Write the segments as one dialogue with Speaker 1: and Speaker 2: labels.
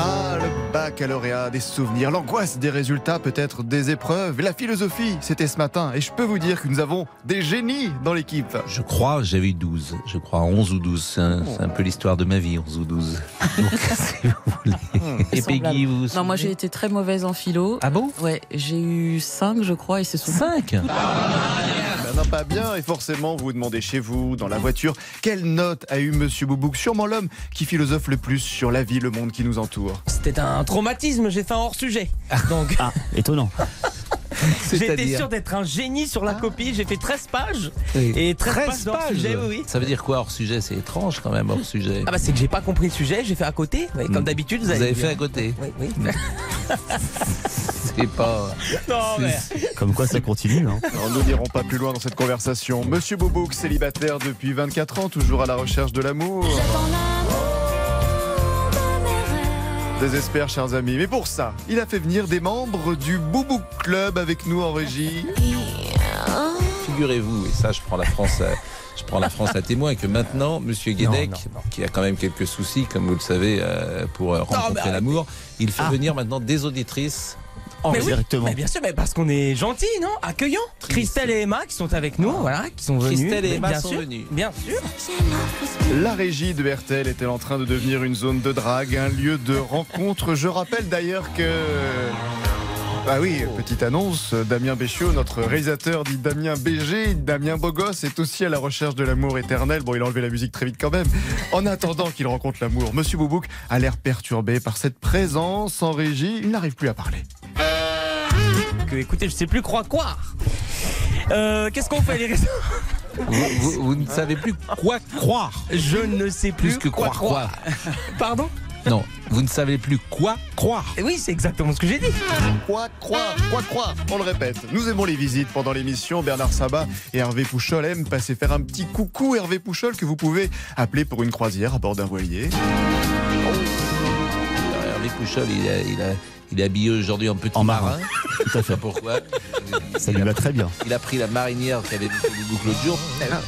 Speaker 1: Ah, le baccalauréat, des souvenirs, l'angoisse des résultats, peut-être des épreuves. La philosophie, c'était ce matin. Et je peux vous dire que nous avons des génies dans l'équipe.
Speaker 2: Je crois, j'avais 12, je crois 11 ou 12. C'est un, c'est un peu l'histoire de ma vie, 11 ou 12. Donc, si vous
Speaker 3: Hmm,
Speaker 2: voulez. Et Peggy, vous vous
Speaker 4: Non, moi j'ai
Speaker 2: souvenez
Speaker 4: été très mauvaise en philo.
Speaker 2: Ah bon
Speaker 4: Ouais, j'ai eu 5 je crois et c'est son
Speaker 2: 5
Speaker 1: Ça va Ah, ben pas bien et forcément vous vous demandez chez vous, dans la voiture, quelle note a eu Monsieur Boubouk Sûrement l'homme qui philosophe le plus sur la vie, le monde qui nous entoure.
Speaker 3: C'était un traumatisme, j'ai fait un hors-sujet. Donc,
Speaker 5: Ah, étonnant.
Speaker 3: j'étais
Speaker 2: C'est-à-dire. Ah.
Speaker 3: sûr d'être un génie sur la copie, j'ai fait 13 pages.
Speaker 2: Oui.
Speaker 3: Et 13,
Speaker 2: 13
Speaker 3: pages d'hors-sujet, oui, oui.
Speaker 2: Ça veut dire quoi hors sujet C'est étrange quand même hors sujet.
Speaker 3: Ah bah c'est que j'ai pas compris le sujet, j'ai fait à côté. Ouais,
Speaker 2: Mm.
Speaker 3: Comme d'habitude, vous
Speaker 2: vous
Speaker 3: avez,
Speaker 2: avez
Speaker 3: vu.
Speaker 2: fait à côté.
Speaker 3: Oui, oui.
Speaker 2: C'est pas.
Speaker 3: Non, mais...
Speaker 5: Comme quoi ça continue. Hein.
Speaker 1: Alors, nous n'irons pas plus loin dans cette conversation. Monsieur Boubouk, célibataire depuis 24 ans, toujours à la recherche de l'amour. Désespère, chers amis. Mais pour ça, il a fait venir des membres du Boubouk Club avec nous en régie.
Speaker 2: Figurez-vous, et ça je prends la France à, je prends la France à témoin, que maintenant, Monsieur Guédec,
Speaker 3: Non, non, non.
Speaker 2: qui a quand même quelques soucis, comme vous le savez, euh, pour euh, rencontrer
Speaker 3: mais-
Speaker 2: l'amour, il fait
Speaker 3: Ah.
Speaker 2: venir maintenant des auditrices en
Speaker 3: Mais oui,
Speaker 5: Exactement.
Speaker 3: mais bien sûr, mais parce qu'on est gentil, non Accueillant. Christelle et Emma qui sont avec nous, voilà, qui sont venus.
Speaker 2: Ah. Christelle et Emma
Speaker 3: bien
Speaker 2: sont
Speaker 3: sûr,
Speaker 2: venues.
Speaker 3: Bien sûr.
Speaker 1: La régie de RTL est-elle en train de devenir une zone de drague, un lieu de rencontre Je rappelle d'ailleurs que. Ah oui, petite annonce, Damien Béchiot, notre réalisateur dit Damien BG, Damien Bogos est aussi à la recherche de l'amour éternel. Bon, il a enlevé la musique très vite quand même. En attendant qu'il rencontre l'amour, Monsieur Boubouk a l'air perturbé par cette présence en régie. Il n'arrive plus à parler.
Speaker 3: Que, écoutez, je sais plus croire croire. Euh, Qu'est-ce qu'on fait les réseaux
Speaker 2: Vous, vous- vous ne savez plus quoi croire.
Speaker 3: Je ne sais Hein Ah, plus,
Speaker 2: Plus que
Speaker 3: quoi
Speaker 2: croire quoi.
Speaker 3: Pardon
Speaker 2: Non, vous ne savez plus quoi croire.
Speaker 3: Eh Oui, c'est exactement ce que j'ai dit.
Speaker 1: Quoi croire, quoi croire, on le répète. Nous aimons les visites pendant l'émission. Bernard Sabat et Hervé Pouchol aiment passer faire un petit coucou Hervé Pouchol que vous pouvez appeler pour une croisière à bord d'un voilier.
Speaker 2: Alors, Ah, Hervé Pouchol, il, a- il a- il est habillé aujourd'hui en petit
Speaker 5: En marin.
Speaker 2: marin.
Speaker 5: Tout à
Speaker 2: Je sais
Speaker 5: fait.
Speaker 2: pas pourquoi.
Speaker 5: Ça lui va très bien.
Speaker 2: Il a pris la marinière qu'avait mis le boucle l'autre jour.
Speaker 1: Ah,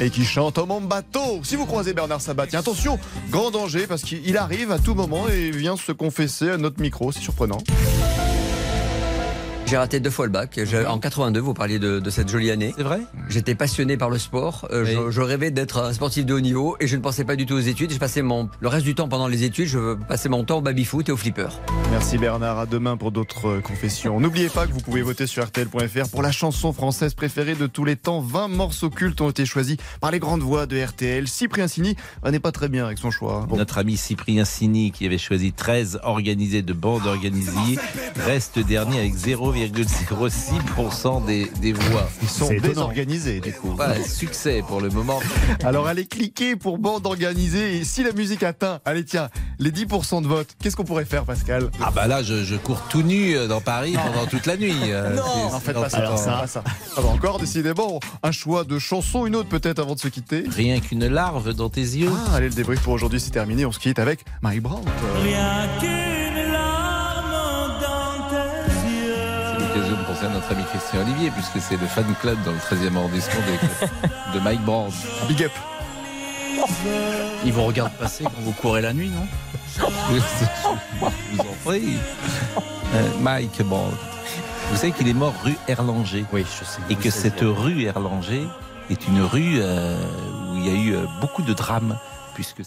Speaker 1: Et qui chante Oh mon bateau Si vous croisez Bernard Sabat, tiens, attention, grand danger parce qu'il arrive à tout moment et vient se confesser à notre micro, c'est surprenant.
Speaker 6: J'ai raté deux fois le bac. Je- en 82, vous parliez de, de cette jolie année.
Speaker 2: C'est vrai
Speaker 6: J'étais passionné par le sport. Euh, je-
Speaker 2: Oui.
Speaker 6: je, rêvais d'être un sportif de haut niveau et je ne pensais pas du tout aux études. Je passais mon, le reste du temps pendant les études, je passais mon temps au baby-foot et au flipper.
Speaker 1: Merci Bernard, à demain pour d'autres euh, confessions. N'oubliez pas que vous pouvez voter sur RTL.fr pour la chanson française préférée de tous les temps. 20 morceaux cultes ont été choisis par les grandes voix de RTL. Cyprien Sini euh, n'est pas très bien avec son choix. hein. Bon.
Speaker 2: Notre ami Cyprien Sini, qui avait choisi 13 organisés de bandes organisées, reste dernier avec 0,06% des, des voix.
Speaker 1: Ils sont
Speaker 5: C'est étonnant.
Speaker 1: désorganisés du coup.
Speaker 2: Pas un succès pour le moment.
Speaker 1: Alors allez cliquer pour bande organisée et si la musique atteint, allez tiens, les 10% de vote, qu'est-ce qu'on pourrait faire Pascal
Speaker 2: Ah bah là, je, je cours tout nu euh, dans Paris pendant toute la nuit. Euh, c'est-
Speaker 1: En
Speaker 2: c'est
Speaker 1: fait,
Speaker 2: dans
Speaker 1: pas
Speaker 2: ce
Speaker 1: ça,
Speaker 2: temps.
Speaker 1: pas ça. Ah bah encore, décidément, un choix de chanson, une autre peut-être avant de se quitter.
Speaker 2: Rien qu'une larve dans tes yeux.
Speaker 1: Ah, allez, le débrief pour aujourd'hui, c'est terminé. On se quitte avec Marie Brandt.
Speaker 3: Rien qu'une larme dans tes yeux.
Speaker 2: C'est l'occasion de penser à notre ami Christian Olivier, puisque c'est le fan club dans le 13e arrondissement de, de Mike Brandt.
Speaker 1: Big up.
Speaker 7: Ils vous regardent passer quand vous courez la nuit, non
Speaker 2: Je vous en prie. Euh, Mike Brandt. Vous savez qu'il est mort rue Erlanger.
Speaker 7: Oui, je sais.
Speaker 2: Et que cette rue Erlanger est une rue euh, où il y a eu euh, beaucoup de drames, puisque